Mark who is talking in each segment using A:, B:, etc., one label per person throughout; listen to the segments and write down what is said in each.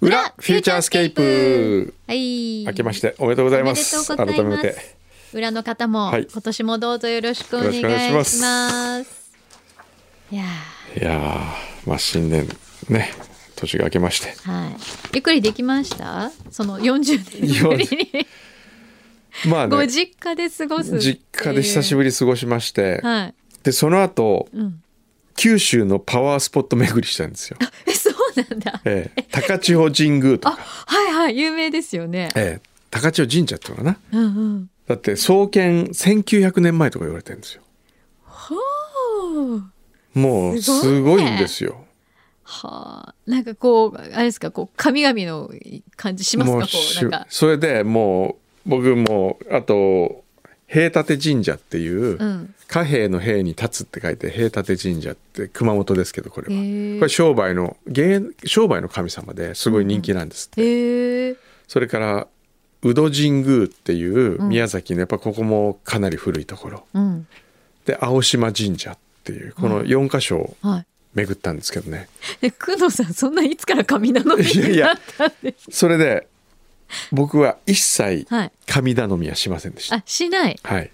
A: フューチャースケープ。
B: はい。
A: 明けましておめでとうござい
B: おめ
A: ま
B: でとうご
A: す。
B: ざいます。
A: 改めて。
B: 裏の方も、
A: はい
B: 今年もどうぞよろしくお願い
A: よろし
B: し
A: くお願
B: ま
A: いし
B: す。
A: ま
B: いや
A: いやー、まあ新年ね、年が明けまして。
B: ーはい。ゆっくりできました？その40年ぶりに
A: まあ
B: ご
A: ね、
B: 実家で過ごすっていう。
A: 実家で久しぶり過ごしまして、
B: はい。
A: で、その後、
B: うん。
A: 九州のパワースポット巡りしたん ですよ。
B: えそうなんだ。
A: ええ、高千穂神宮と
B: あ
A: か、
B: はいはい有名ですよね。
A: ええ、高千穂神社っていうのかな。
B: うんうん。
A: だって創建1900年前とか言われてるんですよ。
B: ほう。
A: もうす
B: す
A: ご
B: ごいね
A: いんですよ。
B: はあ、なんかこうあれですかこう神々の感じします
A: も
B: かこ
A: うし
B: うなんか、
A: それでもう僕もあと平立神社っていう、
B: うん、
A: 貨幣の幣に立つって書いて平立神社って熊本ですけどこれは
B: へー
A: これ商売の芸商売の神様ですごい人気なんですって、
B: へえ
A: それから宇戸神宮っていう宮崎のやっぱここもかなり古いところ、
B: うん
A: で青島神社っていうこの4箇所を
B: はい
A: 巡ったんですけど ね、
B: え工藤さんそんないつから神頼み
A: いやい
B: に
A: や
B: なったんです
A: それで僕は一切
B: はい
A: 神頼みはしませんでした、
B: あしない
A: はい、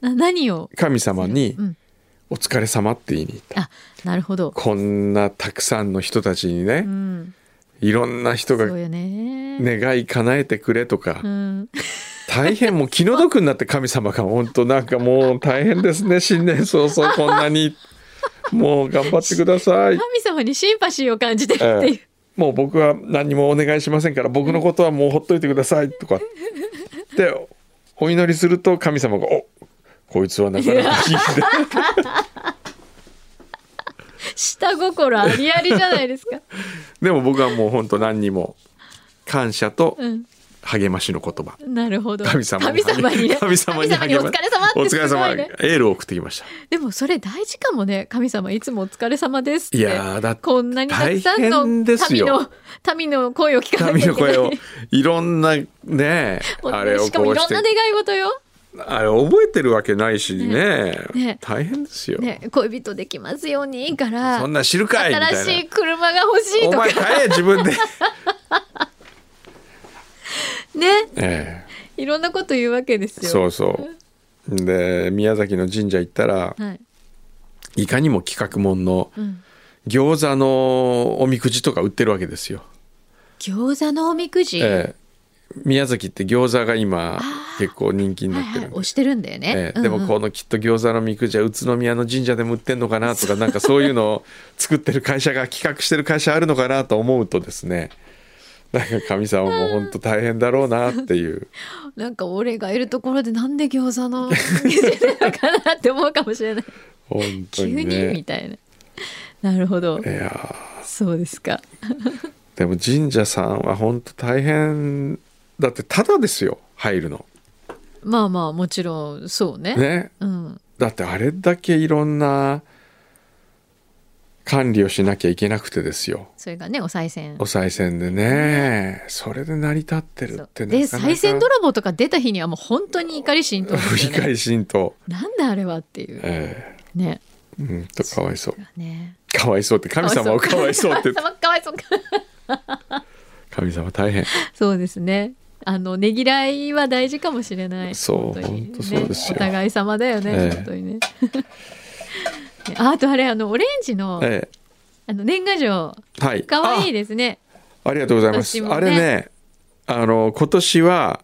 B: な何を
A: 神様に
B: うん
A: 「お疲れ様って言いに行った、
B: あなるほど
A: こんなたくさんの人たちにね、
B: うん
A: いろんな人
B: そ
A: が
B: うよね
A: 願い叶えてくれとか、
B: うん
A: 大変もう気の毒になって神様が本当なんかもう大変です ね新年早々こんなにもう頑張ってください
B: 神様にシンパシーを感じてるっていう、
A: もう僕は何もお願いしませんから僕のことはもうほっといてくださいとかでお祈りすると神様が「おこいつはなかなかいいん だ
B: 下心ありありじゃないですか
A: でも僕はもう本当何にも感謝と
B: うん
A: 励ましの言葉
B: なるほど
A: 神様に
B: 神様にね
A: 神様に
B: 神様にお
A: 励ま
B: 疲れ様って
A: お疲れ
B: すご
A: 様
B: いね
A: エールを送ってきました
B: でもそれ大事かもね神様いつもお疲れ様ですって
A: いやーだって
B: こんなにたくさん
A: 大
B: の民
A: 変ですよ
B: の民の声を聞かなきゃい
A: 神
B: けな
A: の
B: い
A: 声をいろんなねあれを
B: しかも
A: こ
B: いうろ
A: し
B: んな
A: て
B: 願い事よ、
A: あれ覚えてるわけないしね
B: ね
A: 大変ですよ、
B: ね、恋人できますようにから
A: そんな知るかいみたいな
B: 新しい車が欲しい
A: お
B: とか
A: 前買え自分 で、
B: ね
A: え
B: いろんなこと言うわけです
A: え
B: よ。
A: そうそうで宮崎の神社行ったら
B: はい
A: いかにも企画門の
B: うん、
A: 餃子のおみくじとか売ってるわけですよ、
B: 餃子のおみくじ、
A: ええ宮崎って餃子が今
B: あー
A: 結構人気にな
B: はい
A: って
B: はい
A: るんで
B: 押してるんだよね。
A: ええで
B: うんう
A: も
B: ん
A: このきっと餃子のみくじは宇都宮の神社でも売ってんのかなとかなんかそういうのを作ってる会社が企画してる会社あるのかなと思うとですねなんか神様も本当大変だろうなっていう
B: なんか俺がいるところでなんで餃子のおみくじなのかなって思うかも しれない。
A: 本当
B: 急
A: に
B: にみ
A: ね。
B: たいな。なるほど
A: い。やー
B: そうですか。
A: でも神社さんは本当大変だってただですよ入るの。
B: まあまあもちろんそうね。
A: ね
B: うん。
A: だってあれだけいろんな管理をしなきゃいけなくてですよ。
B: それがねお賽銭
A: お。賽銭でねそれで成り立ってる
B: そう
A: って
B: で
A: なかなか
B: 賽銭泥棒とか出た日にはもう本当に怒り心頭です
A: 振
B: よ
A: り
B: ね
A: 返り浸透、
B: なんだあれはっていう
A: え
B: ね。
A: えうんとかわいそう
B: ね
A: かわいそうって神様をかわいそうって言っ て
B: 神様かわいそうか。
A: 神様大変
B: そうですね。あのねぎらいは大事かもしれない。
A: そう
B: に
A: 本当そうですよ
B: ねお互い様だよね、
A: ええ
B: 本当にね。ねああとあれあのオレンジの,、
A: え
B: あの年賀状
A: えはい
B: かわいい
A: で
B: ですね。
A: あありがとうございます、
B: 私もね
A: あれねあの今年は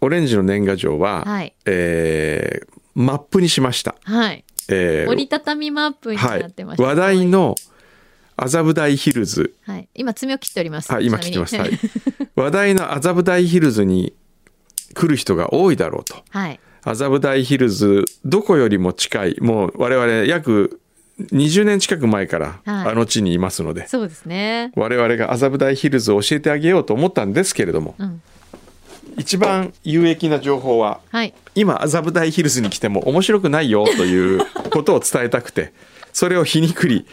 A: オレンジの年賀状は、
B: はい
A: えーマップにしました、
B: はい。
A: えー
B: 折りたたみマップに
A: は
B: ないってました。
A: 話題の麻布台ヒルズ
B: はい、今爪を切っております。
A: あ今切ってます、
B: ち
A: は
B: なみ
A: い
B: に、
A: 話題の麻布台ヒルズに来る人が多いだろうと
B: はい。
A: 麻布台ヒルズどこよりも近いもう我々約20年近く前から
B: はい
A: あの地にいますので、
B: そうですね。
A: 我々が麻布台ヒルズを教えてあげようと思ったんですけれども
B: うん。
A: 一番有益な情報は
B: はい。
A: 今麻布台ヒルズに来ても面白くないよということを伝えたくてそれを皮肉り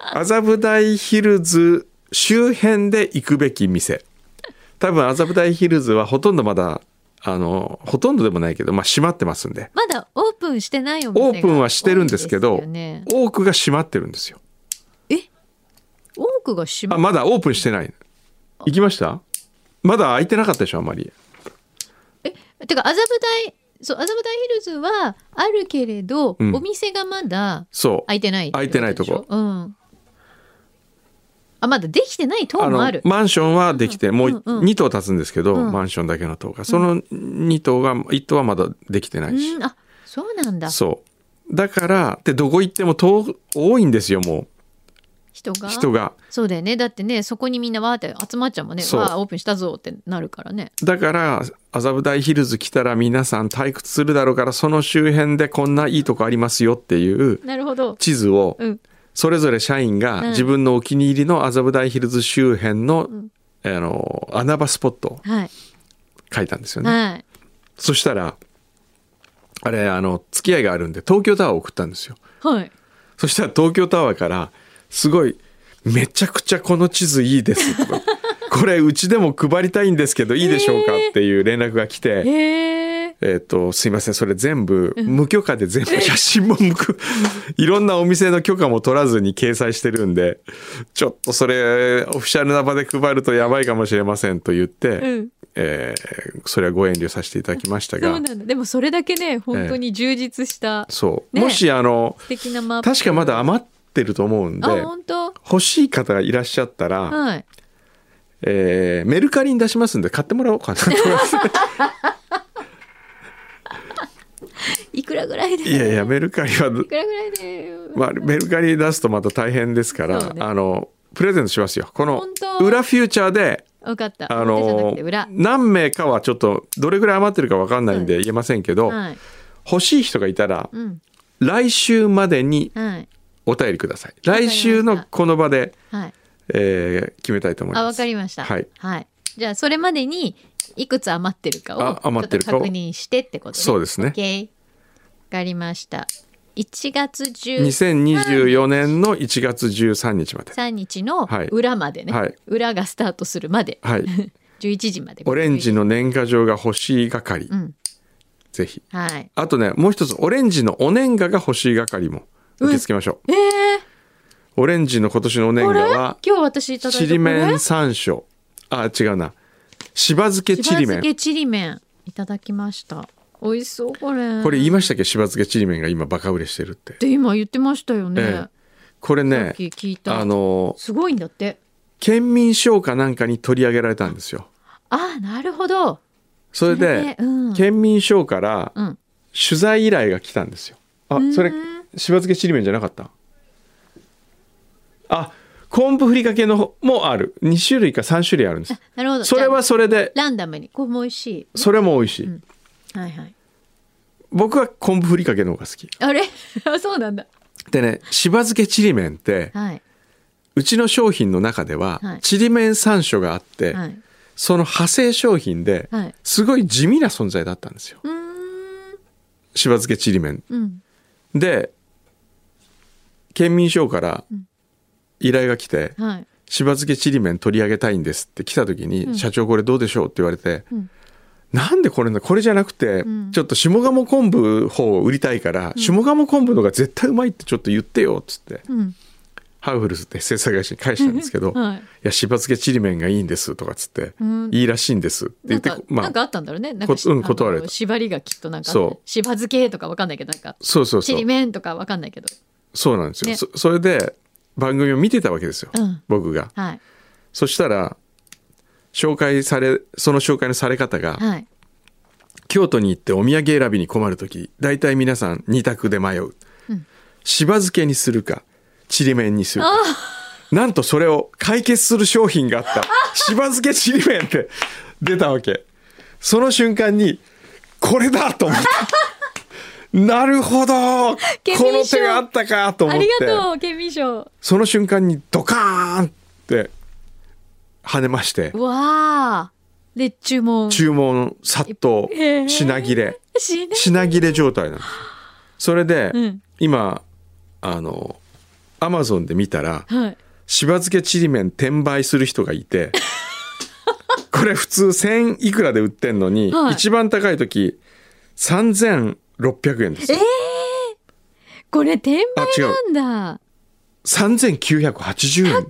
A: 麻布台ヒルズ周辺で行くべき店多分麻布台ヒルズはほとんどまだあのほとんどでもないけど、まあ、閉まってますんで
B: まだオープンしてないお店が
A: オープンはしてるんですけど
B: 多いですよね
A: 多くが閉まってるんですよ
B: え、多くが閉
A: あ
B: ま
A: ま
B: っ
A: だオープンしてない行きましたまだ空いてなかったでしょあんまり
B: えてか麻布台そう麻布台ヒルズはあるけれど、
A: うん
B: お店がまだ
A: そう
B: 開いてないって
A: 開いてないとこ
B: でしょうんあまだできてない塔もある
A: マンションはできて、もう
B: うんうん
A: 2棟建つんですけど、
B: うん
A: マンションだけの棟がその2棟が1棟はまだできてな
B: う
A: いし、
B: んあそうなんだ
A: そうだからでどこ行っても棟多いんですよも
B: 人が
A: う人が
B: そうだよねだってねそこにみんなわーって集まっちゃうもんね
A: そう
B: わーオープンしたぞってなるからね
A: だから麻布台ヒルズ来たら皆さん退屈するだろうからその周辺でこんないいとこありますよっていう
B: なるほど
A: 地図を
B: うん
A: それぞれ社員
B: うん
A: が自分のお気に入りの麻布台ヒルズ周辺の,、
B: ん
A: あの穴場スポットを
B: はい
A: 書いたんですよね。
B: はい
A: そしたら、あれ、あの、付き合いがあるんで、東京タワーを送ったんですよ。
B: はい
A: そしたら東京タワーから、すごい、めちゃくちゃこの地図いい ですとか、これうちでも配りたいんですけどいいでしょうか
B: えー
A: っていう連絡が来て、
B: へえ
A: えっ、と、すいません、それ全部、無許可で全 部写真も無許、いろんなお店の許可も取らずに掲載してるんで、ちょっとそれ、オフィシャルな場で配るとやばいかもしれませんと言って、
B: うん
A: えーそれはご遠慮させていただきました
B: そう
A: が、
B: なんだでもそれだけね本当に充実した
A: そう。
B: ね
A: もし、あの、
B: 素敵なマップ
A: 確かまだ余ってると思うんで、
B: あ本当
A: 欲しい方がいらっしゃったら、
B: はい
A: えーメルカリに出しますんで買ってもらおうかなと思います。
B: いくらぐらいで
A: いやいや、メルカリは、
B: いくらぐらいで、
A: まあ、メルカリに出すとまた大変ですから、
B: そうね
A: あの、プレゼントしますよ。この
B: 本当、
A: 裏フューチャーで、
B: 分かった
A: あ
B: 表じゃな
A: の
B: くて裏、
A: 何名かはちょっと、どれぐらい余ってるかわかんないんで言えませんけど、
B: はい
A: 欲しい人がいたら、
B: うん
A: 来週までに
B: はい
A: お便りください。
B: かり
A: 来
B: ました
A: 週のこの場で、
B: はい
A: えー決めたいと思い
B: あ
A: ま
B: わ
A: す。
B: かりました
A: はい
B: じゃあそれまでにいくつ余ってるか
A: あ
B: を
A: 余ってる
B: ち
A: か
B: ょ
A: を
B: っと確認してってことね
A: そうですね。
B: OK わかりました1月13
A: 2024年の1月13日まで。
B: 日の
A: はい
B: 裏までね、
A: はい
B: 裏がスタートするまで、
A: はい。
B: 11時まで
A: オレンジの年賀状が欲しい係
B: う。ん
A: ぜひ。
B: はい
A: あとね、もう一つ、オレンジのお年賀が欲しい係も受け付けましょう。
B: えー、
A: オレンジの今年のお年
B: こ
A: 賀
B: れ
A: は
B: 今、日私いただいた
A: ちりめん
B: こ
A: 山椒。あ、違うな。しば漬け
B: れ
A: ちりめん。
B: けちりめんいただきました美味しそうこれ
A: これ言いましたっけしば漬けちりめんが今バカ売れしてるって。
B: で今言ってましたよね、
A: ええこれ
B: さっ
A: ね
B: き、聞いた
A: あの、
B: すごいんだって
A: 県民賞かなんかに取り上げられたんですよ。
B: ああなるほど
A: それ
B: それ
A: で
B: でうん、
A: 県民賞から
B: うん
A: 取材依頼が来たんですよ。あ、それ、しば漬けちりめんじゃなかったあ昆布ふりかけの方もある2種類か3種類あるんです
B: なるほど
A: それは
B: じ
A: それで
B: ゃあランダムにこれも美味しい
A: それも美味しい、
B: はいはい
A: 僕は昆布ふりかけの方が好き
B: あれ あそうなんだ
A: でねしば漬けちりめんって
B: はいう
A: ちの商品の中では
B: はい
A: ちりめん山椒があって、
B: はい
A: その派生商品で
B: はい
A: すごい地味な存在だったんですよ
B: うーん
A: しば漬けちりめん
B: うん
A: で県民省から依頼が来て、
B: はい
A: しば漬けちりめん取り上げたいんですって来た時に、社長これどうでしょうって言われて、
B: ん
A: なんでこれなこれじゃなくて、ちょっと下鴨昆布方を売りたいから、下鴨昆布のが絶対うまいってちょっと言ってよっつって、
B: ん
A: ハウフルスって制作会社に返したんですけど、
B: はい
A: い、やしば漬けちりめんがいいんですとかっつって、いいらしいんですって
B: な
A: 言っ
B: ん
A: て
B: か、
A: ま
B: なんかあったんだろうねなん
A: こ
B: か
A: うん断られた
B: あの縛りがきっとなんか
A: そう
B: しば漬けとかわかんないけどなんか
A: そうそう
B: ち
A: そ
B: り
A: う
B: めんとかわかんないけど
A: そうなんですよ、
B: ね
A: そそれで番組を見てたわけですよ、
B: うん
A: 僕が
B: はい
A: そしたら紹介されその紹介のされ方が、
B: はい
A: 京都に行ってお土産選びに困る時大体皆さん二択で迷う、しば漬けにするかちりめんにするかなんとそれを解決する商品があ ったしば漬けちりめんって出たわけその瞬間にこれだと思った なるほどこ
B: 県民
A: の
B: 賞
A: 手があったかと思
B: あ
A: っ
B: り
A: て
B: がとう県民賞
A: その瞬間にドカーンって跳ねまして
B: わあで注文
A: 注文殺到
B: えー
A: 品切れ、
B: しない
A: 品切れ状態なんですよそれで、
B: うん
A: 今あのアマゾンで見たら
B: はい
A: しば漬けちりめん転売する人がい てこれ普通1,000いくらで売ってんのに、
B: はい
A: 一番高い時3600円ですよ
B: これ転売なんだ
A: 3980円
B: は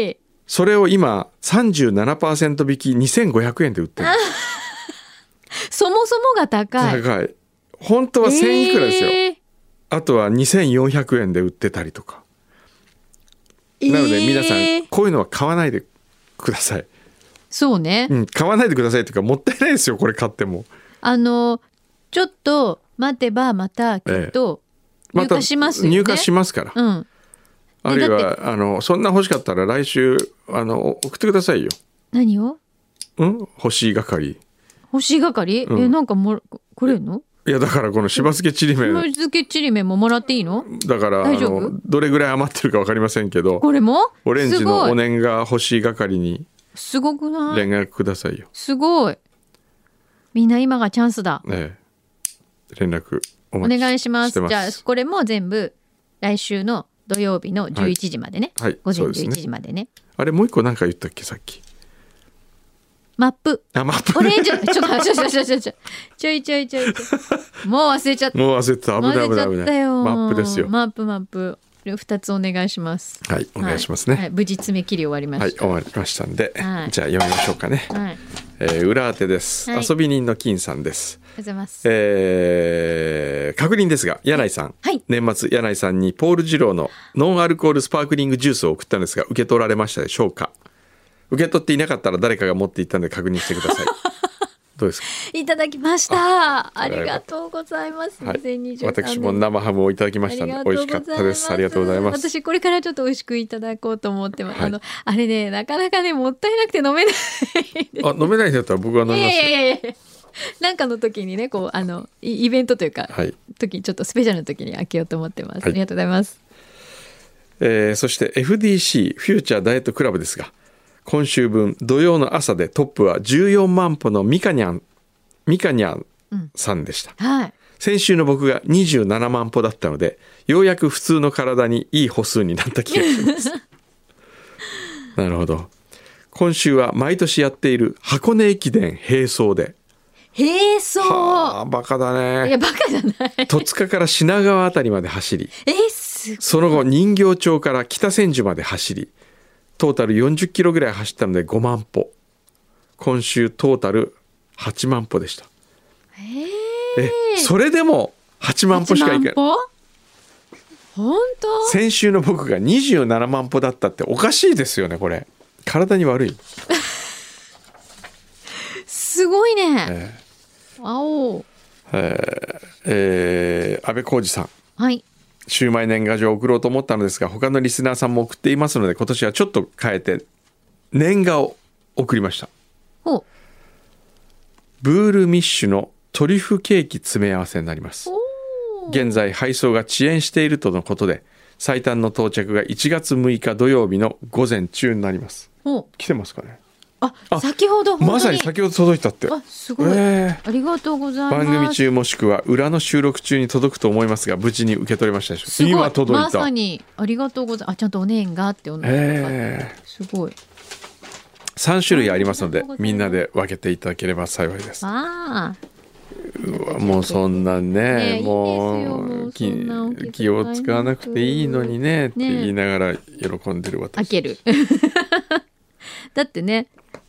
B: い
A: それを今37%引き2500円で売ってる
B: そもそもが高い。
A: 高い本当は1000いくらですよ、
B: えー
A: あとは2400円で売ってたりとかなので皆さ
B: え
A: ん
B: ー
A: こういうのは買わないでください、
B: そうね、
A: うん、買わないでくださいっていうかもったいないですよこれ買っても
B: あのちょっと待てばまたきっと入荷しますよね、
A: 入荷しますから、
B: うん
A: あるい
B: だっ
A: はあのそんな欲しかったら来週あのお送ってくださいよ、
B: 何を
A: うん、欲しい係
B: 欲しがかり、
A: うん
B: えなんかもらくれるの
A: いやだからこのしば漬けちりめん
B: 芋漬けちりめんももらっていいの
A: だからあ
B: 大丈夫
A: のどれぐらい余ってるか分かりませんけど
B: これも
A: オレンジ
B: す
A: の
B: ご
A: お
B: い
A: 年賀欲しい係に
B: すごくない
A: 連絡くださいよ、
B: すごいみんな今がチャンスだ
A: ええ、連絡お
B: お
A: 待ち
B: 願いしま
A: して
B: す
A: ます
B: じゃあこれも全部来週の土曜日の11時までね、
A: はいはい
B: 午
A: そう
B: 前
A: ですね
B: 11時までね
A: あれもう一個なんか言ったっけさっき
B: マップ
A: あマッ
B: オ
A: プね
B: レンジ、ちょっと、ちょちょちょちょちょ、ちょいちょいちょいちょい。もう忘れちゃった。
A: もう忘れてた危ない危ない危
B: 忘れちゃった
A: ない
B: よ。
A: マップですよ
B: マップ、マップ、二つお願いします。
A: はいお願いしますね
B: ははい無事詰め切り終わりま
A: はい
B: した。
A: 終わりましたんで、
B: はい
A: じゃあ読みましょうかね、
B: はい、ありが
A: えー裏当てです、
B: はい
A: 遊び人の金さんです
B: とうございます。
A: えー確認ですが柳井さん、
B: はい
A: 年末柳井さんにポール・ジローのノンアルコールスパークリングジュースを送ったんですが受け取られましたでしょうか受け取っていなかったら誰かが持っていったので確認してく ださいどうですか
B: いただきました。あ
A: りがとう
B: りがとうございます。
A: はい
B: 2023年
A: 私も生ハムをいただきましたので美味しかったですありがとうございます
B: 私これからちょっと美味しくいただこうと思ってます。
A: はい
B: あのあれねなかなかねもったいなくて飲めない。
A: あ飲めないんだったら僕は飲みます
B: い
A: よ
B: やいやいやいや。なんかの時にねこうあのイイベントというか、
A: はい
B: 時ちょっとスペシャルの時に開けようと思ってます、
A: はい
B: ありがとうございます
A: えーそして FDC フューチャーダイエットクラブですが今週分土曜の朝でトップは14万歩のミカニャンミカニャンさんでした、
B: はい
A: 先週の僕が27万歩だったのでようやく普通の体にいい歩数になった気がします なるほど今週は毎年やっている箱根駅伝並走で
B: へえそ
A: あーバカだ
B: うい
A: ね
B: やバカじゃない
A: 戸塚から品川あたりまで走り
B: えす
A: その後人形町から北千住まで走りトータル40キロぐらい走ったので5万歩今週トータル8万歩でした
B: え
A: えそれでも8万歩しか行けない
B: 本当
A: 先週の僕が27万歩だったっておかしいですよねこれ体に悪い、
B: すごいね
A: え
B: あお
A: ーえー安倍浩二さん
B: はい
A: シューマイ年賀状を送ろうと思ったのですが他のリスナーさんも送っていますので今年はちょっと変えて年賀を送りました
B: お
A: ブールミッシュのトリュフケーキ詰め合わせになります
B: お
A: 現在配送が遅延しているとのことで最短の到着が1月6日土曜日の午前中になります
B: お
A: 来てますかね
B: あ
A: あ
B: 先ほど本当に
A: まさに先ほど届いたって
B: あすごい、
A: え
B: ありがとうございま
A: 番
B: す
A: 組中もしくは裏の収録中に届くと思いますが無事に受け取れましたでしょう
B: すごい
A: 今届い
B: ま
A: た、
B: さにありがとうございますあちゃんとおねんがっておねんが
A: ええ
B: すごい
A: 3種類ありますの
B: あ
A: で
B: りがとうございます
A: みんなで分けていただければ幸いです
B: わあ
A: うわもうそんな
B: ね
A: ね
B: えいいですよ
A: も
B: もう
A: う
B: そんなお気遣いな
A: 気
B: く
A: 気を使わなくていいのにねって
B: ねえ
A: 言いながら喜んでる
B: 開
A: 私
B: けるだってね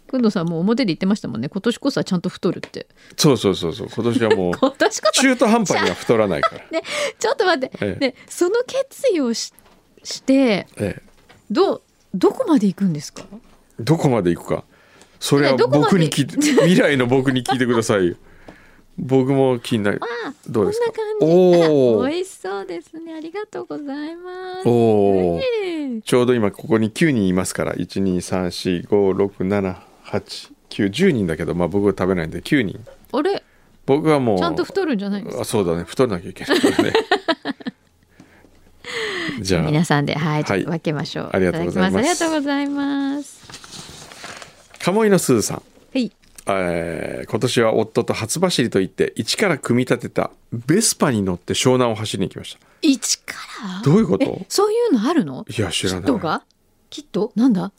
B: くんどさんもう表で言ってましたもんね今年こそはちゃんと太るって
A: そうそうそうそう今年はもう
B: 今年 こそ
A: 中途半端には太らない から、
B: ねちょっと待って、
A: ええ
B: ねその決意をしして
A: ええ、
B: どどこまで行くんですか
A: どこまで行くかそれ
B: い
A: は
B: やどこまで
A: 僕に 聞いて未来の僕に聞いてくださいよ僕も気になる
B: あ
A: どうですか
B: こんな感じ
A: お
B: あ
A: ー
B: 美味しそうですねありがとうございます
A: おおー
B: ええ
A: ちょうど今ここに9人いますから12345678910人だけどまあ僕は食べないんで9人
B: あれ
A: 僕はもう
B: ちゃんと太るんじゃないんです
A: あ
B: か
A: そうだね太らなきゃいけないから ねじゃ
B: 皆
A: あ
B: さんでは
A: は
B: い、
A: い
B: ちょっと分けましょう
A: ありがとうございます
B: ただきありがとうございます
A: 鴨居のすずさん
B: はい
A: えー今年は夫と初走りといって一から組み立てたベスパに乗って湘南を走りに行きました
B: 一から
A: どういうこと
B: そういうのあるの
A: いや知
B: キ
A: ら
B: ット
A: な
B: がキットなんだ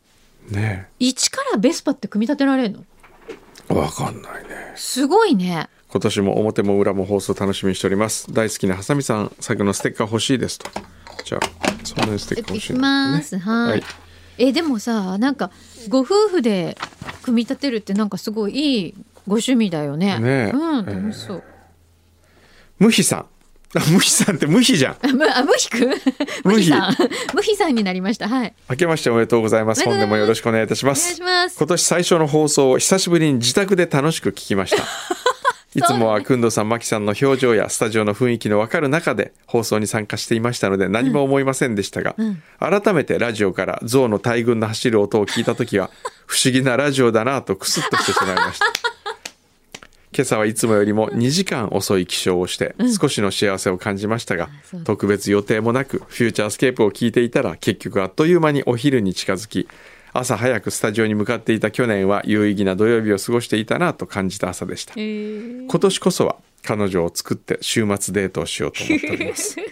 A: いね
B: 一からベスパって組み立てられるの
A: えわかんないね
B: すごいね
A: 今年も表も裏も放送楽しみにしております大好きなハサミさん作のステッカー欲しいですとじゃあそんなにステッカー
B: 行
A: 欲しい
B: き
A: んだ
B: ます、は、
A: はいい
B: えでもさなんかご夫婦で組み立てるってなんかすごいいいご趣味だよね。
A: ねえ
B: うん楽しそう。
A: 無比さんあ無比さんって無比じゃん
B: あむあむひくん
A: む
B: む
A: ひ
B: ひさん むひさんになりましたはい。
A: 明けましておめでとうございます
B: おめ
A: 本
B: でと
A: 年
B: う
A: も
B: ござい
A: よ
B: ます
A: ろしくお願いいたしま
B: お願い
A: す
B: します
A: 今年最初の放送を久しぶりに自宅で楽しく聞き ましたいつもはくんどさんまきさんの表情やスタジオの雰囲気のわかる中で放送に参加していましたので何も思いませんでしたが、
B: うん
A: 改めてラジオから象の大群の走る音を聞いた時は不思議なラジオだなとクスッとしてしまいました今朝はいつもよりも2時間遅い起床をして少しの幸せを感じましたが、
B: そう
A: 特別予定もなくフューチャースケープを聞いていたら結局あっという間にお昼に近づき朝早くスタジオに向かっていた去年は有意義な土曜日を過ごしていたなと感じた朝でした
B: えー
A: 今年こそは彼女を作って週末デートをしようと思っております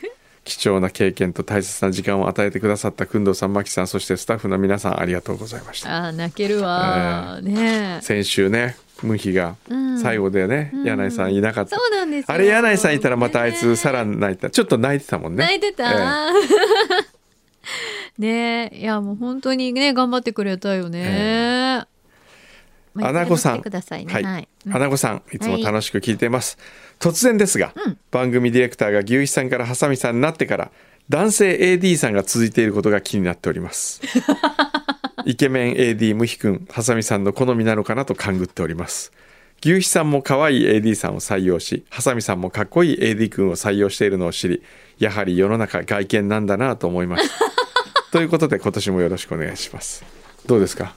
A: 貴重な経験と大切な時間を与えてくださった工藤さん真木さんそしてスタッフの皆さんありがとうございました
B: あー泣けるわー、ねえ
A: 先週ねムヒが
B: うん
A: 最後でね、柳井さんいなかった、
B: そうなんですよ
A: あれ柳井さんいたらまたあい
B: ね
A: つ
B: え
A: さらに泣いたちょっと泣いてたもんね
B: 泣いてた、
A: ええ
B: ねえいやもう本当にね頑張ってくれたよね、まあ
A: アナゴさ
B: いっ
A: ん、
B: ぱい来てくださいね
A: はい、
B: はいうん
A: アナゴさん、いつも楽しく聞いています。突然ですが、番組ディレクターが牛一さんからハサミさんになってから、男性 AD さんが続いていることが気になっており ます。イケメン AD ムヒ君、ハサミさんの好みなのかなと勘ぐっております。牛皮さんも可愛い AD さんを採用し、ハサミさんもかっこいい AD 君を採用しているのを知り、やはり世の中外見なんだなと思い ました。ということで今年もよろしくお願いします。どうですか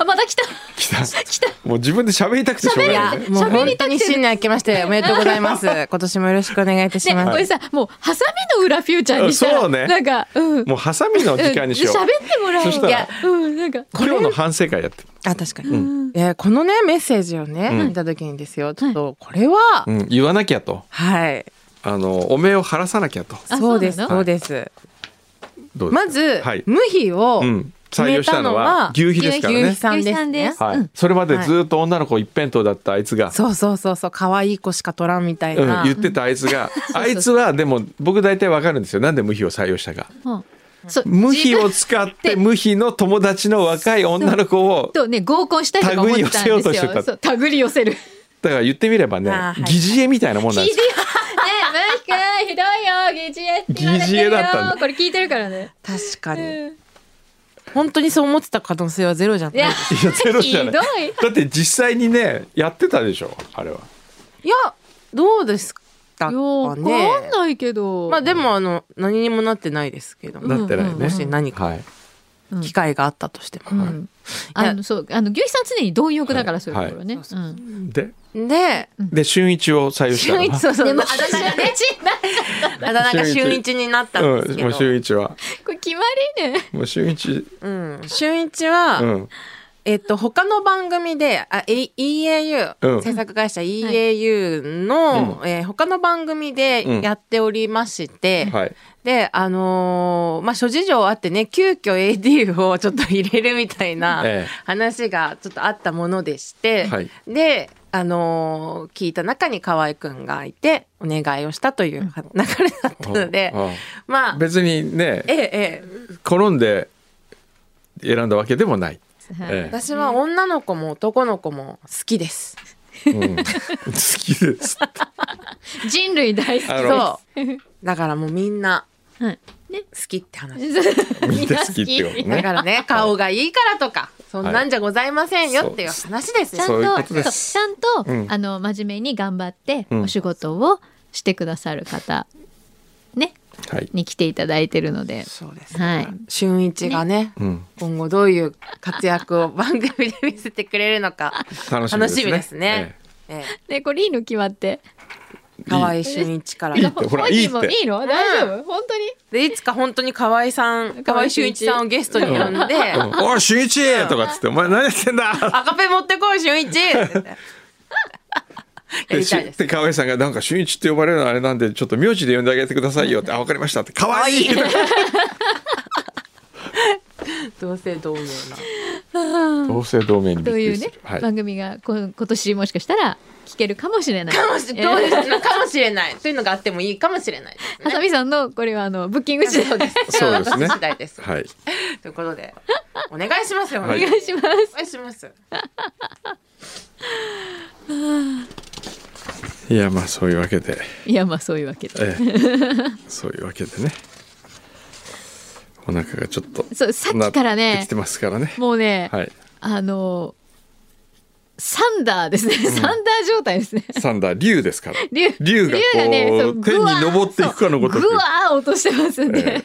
B: あまた 来た
A: 来た。
B: 来た
A: もう自分で喋りたくてしょうが
B: 喋り
A: な
B: た
A: い、ね。
B: く
C: もう
B: 喋
C: 本
B: り
C: 当
B: たく
C: に
B: て
C: 新年明けましておめでとうございま す。今年もよろしくお願いいたし
B: ね、
C: ま
B: こ
C: す。
B: れさもうハサミの裏フューチャーにしたら
A: そうね
B: なんかうん
A: もうハサミの時間にしよう。
B: うんで喋ってもらおう
A: そしたら
B: いやうんなんか
A: 今日の反省会やって。
C: あ、確かに。えーこのね、メッセージをね、見た時にですよ、ちょっと、これは、
A: うん、言わなきゃと。
C: はい。
A: あの、お目を晴らさなきゃと。
B: あ
C: そうです、
B: そうな
C: そ
B: の
C: うです。
A: どうですか
C: まず
A: はい、。
C: 無比を
A: うん。採用したのは、
C: 決
A: 牛皮
B: たのは
A: ですから
C: めた
A: ね
B: 牛
C: のは、牛皮。さんで
B: 皮さ
C: す
B: ん
C: ね
B: で。す
A: は
B: う
A: い
B: ん。
A: それまでずっと女の子一辺倒だったあいつが、
C: そうそうそうそう、可愛い子しか取らんみたい
A: うん
C: な。
A: 言ってたあいつが、あいつはでも僕大体わかるんですよ。なんで無比を採用したか。
B: うんそう
A: 無比
B: 自
A: を
B: 分
A: 使って無比の友達の若い女の子を、
B: とね合コンしたいとか思ってたんです
A: 手繰り寄せよ
B: よ
A: うとしてた
B: そう手繰り 寄せるね
A: だから言ってみればね
C: あー、はい
A: 疑似絵みたいなもんなんですよ。
B: えムヒ君ひどいよ疑似絵って言われてる
A: 疑似絵
B: よ
A: だったんだ
B: これ聞いてるからね
C: 確か
B: う
C: に。
B: ん
C: 本当にそう思ってた可能性はゼロじゃない い。い
B: や
A: いや、ゼロじゃない。
B: ひど
A: だ
B: い
A: って実際にね、やってたでしょ、あれは。
C: や、どうですか
B: よ
C: か
B: くわかん
C: ね。
B: ないけど、
C: まあでも、あの、何にもなってないですけど
B: ん
A: なってないね。
C: もし何か
A: はい。
B: うん
C: 機会があったとして
B: う
C: も。
B: ん、あのそうあの牛肥さん常に貪欲だから、そういうところね、
C: はい
B: うん
A: で、
C: で、
A: で、俊一を採用したの。
C: 俊一、そうそう、
B: でも
C: あ
B: 私はねちな
C: だ名が俊一になったんです
A: うん、
C: け
A: も
C: ど
A: う、俊一は。
B: これ決まりね
A: もう俊一。
C: うん、俊一は、
A: うん。
C: えっと、他の番組で、あ、え EAU、
A: うん
C: 制作会社 EAU の、えー他の番組
A: うん
C: でやっておりまして、
A: はい。
C: で、あのーまあ、諸事情あってね、急遽 AD をちょっと入れるみたいな
A: ええ
C: 話がちょっとあったものでして、
A: はい
C: で、あのー聞いた中に河合くんがいて、お願いをしたという流れだったので、
A: あ
C: ま
A: あ
C: あ、
A: 別にね
C: え、え、ええ、
A: 転んで選んだわけでもない。え
C: 私は女の子も男の子も好きです。
A: えうん 好きです。
B: 人類大好き
A: あの
C: そう。だからもうみんな
B: はいね
C: 好きって話。
A: みんな好きってことね
C: だから ね、顔がいいからとか、そんなんじゃございませんよっていう話です
B: ちゃん
C: よ。
A: そういうこととです
B: そうちゃんと、
A: うん
B: あの真面目に頑張って、
A: うん
B: お仕事をしてくださる方ね
A: はい。
B: に来ていただいてるので
C: そうです。
B: はい
C: 俊一がね、
A: うん。
C: 今後どういう活躍を 番組で見せてくれるのか、
A: 楽しみですね。
C: 楽しみですね。え
B: ねこれいいの決まって
C: え可愛い俊一から
A: いい
C: で
A: ってほら
B: 本人も
A: いいって
B: いいの大丈夫本当に
C: いつか本当に河合さん、河合俊一さんをゲストに呼んで、
A: ええうんおい、俊一とかっつって、お前何やってんだ
C: 赤ペン持ってこい俊一 って言ってや
A: で
C: り
A: した
C: いです
A: で、。河合さんが、なんか、俊一って呼ばれるのあれなんで、ちょっと名字で呼んであげてくださいよって、あ、わかりましたって、 かわいい
C: 同姓同名な。
A: 同姓同名にびっ
B: と
A: く
B: い
A: り
B: う
A: す
B: ね
A: る、、はい
B: 番組がこ今年もしかしたら聞けるかもしれない。
C: かもしれない、かもしれないというのがあってもいいかもしれないです
B: はさみさんのこれはあのブッキング次
C: そう
B: 第
C: です。
A: そうですね
C: 次第です。
A: はい
C: ということで、お願いしますよ。
A: は
B: お願いします。
C: お願いします。
A: いやまあそういうわけで、
B: いやまあそういうわけで。
A: ええ そういうわけでねお腹がちょっと
B: そうさっきからね
A: なってきてますからね
B: もうね、
A: はい
B: あのサンダーですね、サンダー状態ですね。
A: サンダー竜ですから
B: 竜
A: 竜がこう
B: そ
A: 天
B: う
A: に
B: ぐわー
A: 昇っていくかのごとく
B: そうぐわー落としてますんで、
A: ええ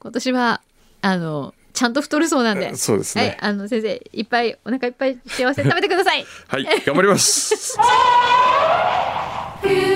B: 今年はあのちゃんと太るそうなんで。
A: そうですね
B: はい、あの先生いっぱいお腹いっぱい幸せに食べてください。
A: はい、頑張ります。
D: 「フューチャースケープ」